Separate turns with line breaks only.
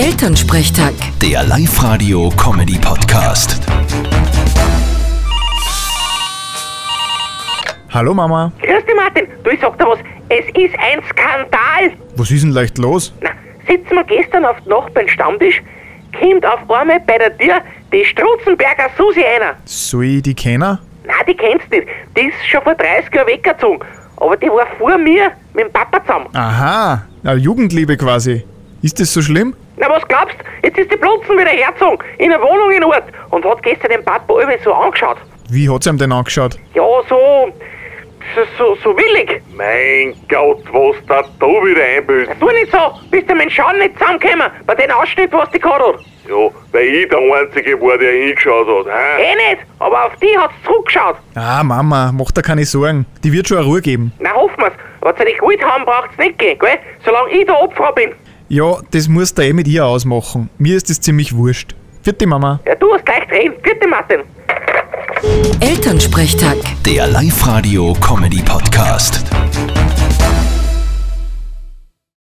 Elternsprechtag.
Der Live-Radio-Comedy-Podcast.
Hallo Mama,
Grüß dich, Martin. Du, ich sag dir was. Es ist ein Skandal.
was ist denn leicht los?
Na, sitzen wir gestern auf dem Nachbarn-Stammtisch, kommt auf einmal bei der Tür die Strutzenberger Susi einer.
Soll ich die kennen?
Nein, die kennst du nicht. Die ist schon vor 30 Jahren weggezogen. Aber die war vor mir mit dem Papa zusammen.
Aha, na, Jugendliebe quasi. Ist das so schlimm?
Na, was glaubst? Jetzt ist die Plutzen wieder herzogen, in eine Wohnung in Ort und hat gestern den Papa immer so angeschaut.
Wie hat's ihm denn angeschaut?
Ja, so, so, so, so willig.
Mein Gott, was da da wieder einbildet.
Tu nicht so, bist du mit dem Schauen nicht zusammengekommen, bei den Ausschnitt, was die gehabt hat.
Ja, weil ich der Einzige war, der hingeschaut hat. Hä?
Eh nicht, aber auf die hat's zurückgeschaut.
Ah, Mama, mach dir keine Sorgen. Die wird schon eine Ruhe geben.
Na, hoffen wir's. Wenn sie dich geholt haben, braucht's nicht gehen, gell? Solange ich der Opfer bin.
Ja, das musst du eh mit ihr ausmachen. Mir ist das ziemlich wurscht. Vierte Mama.
Ja, du hast gleich reden. Vierte Martin.
Elternsprechtag.
Der Live-Radio-Comedy-Podcast.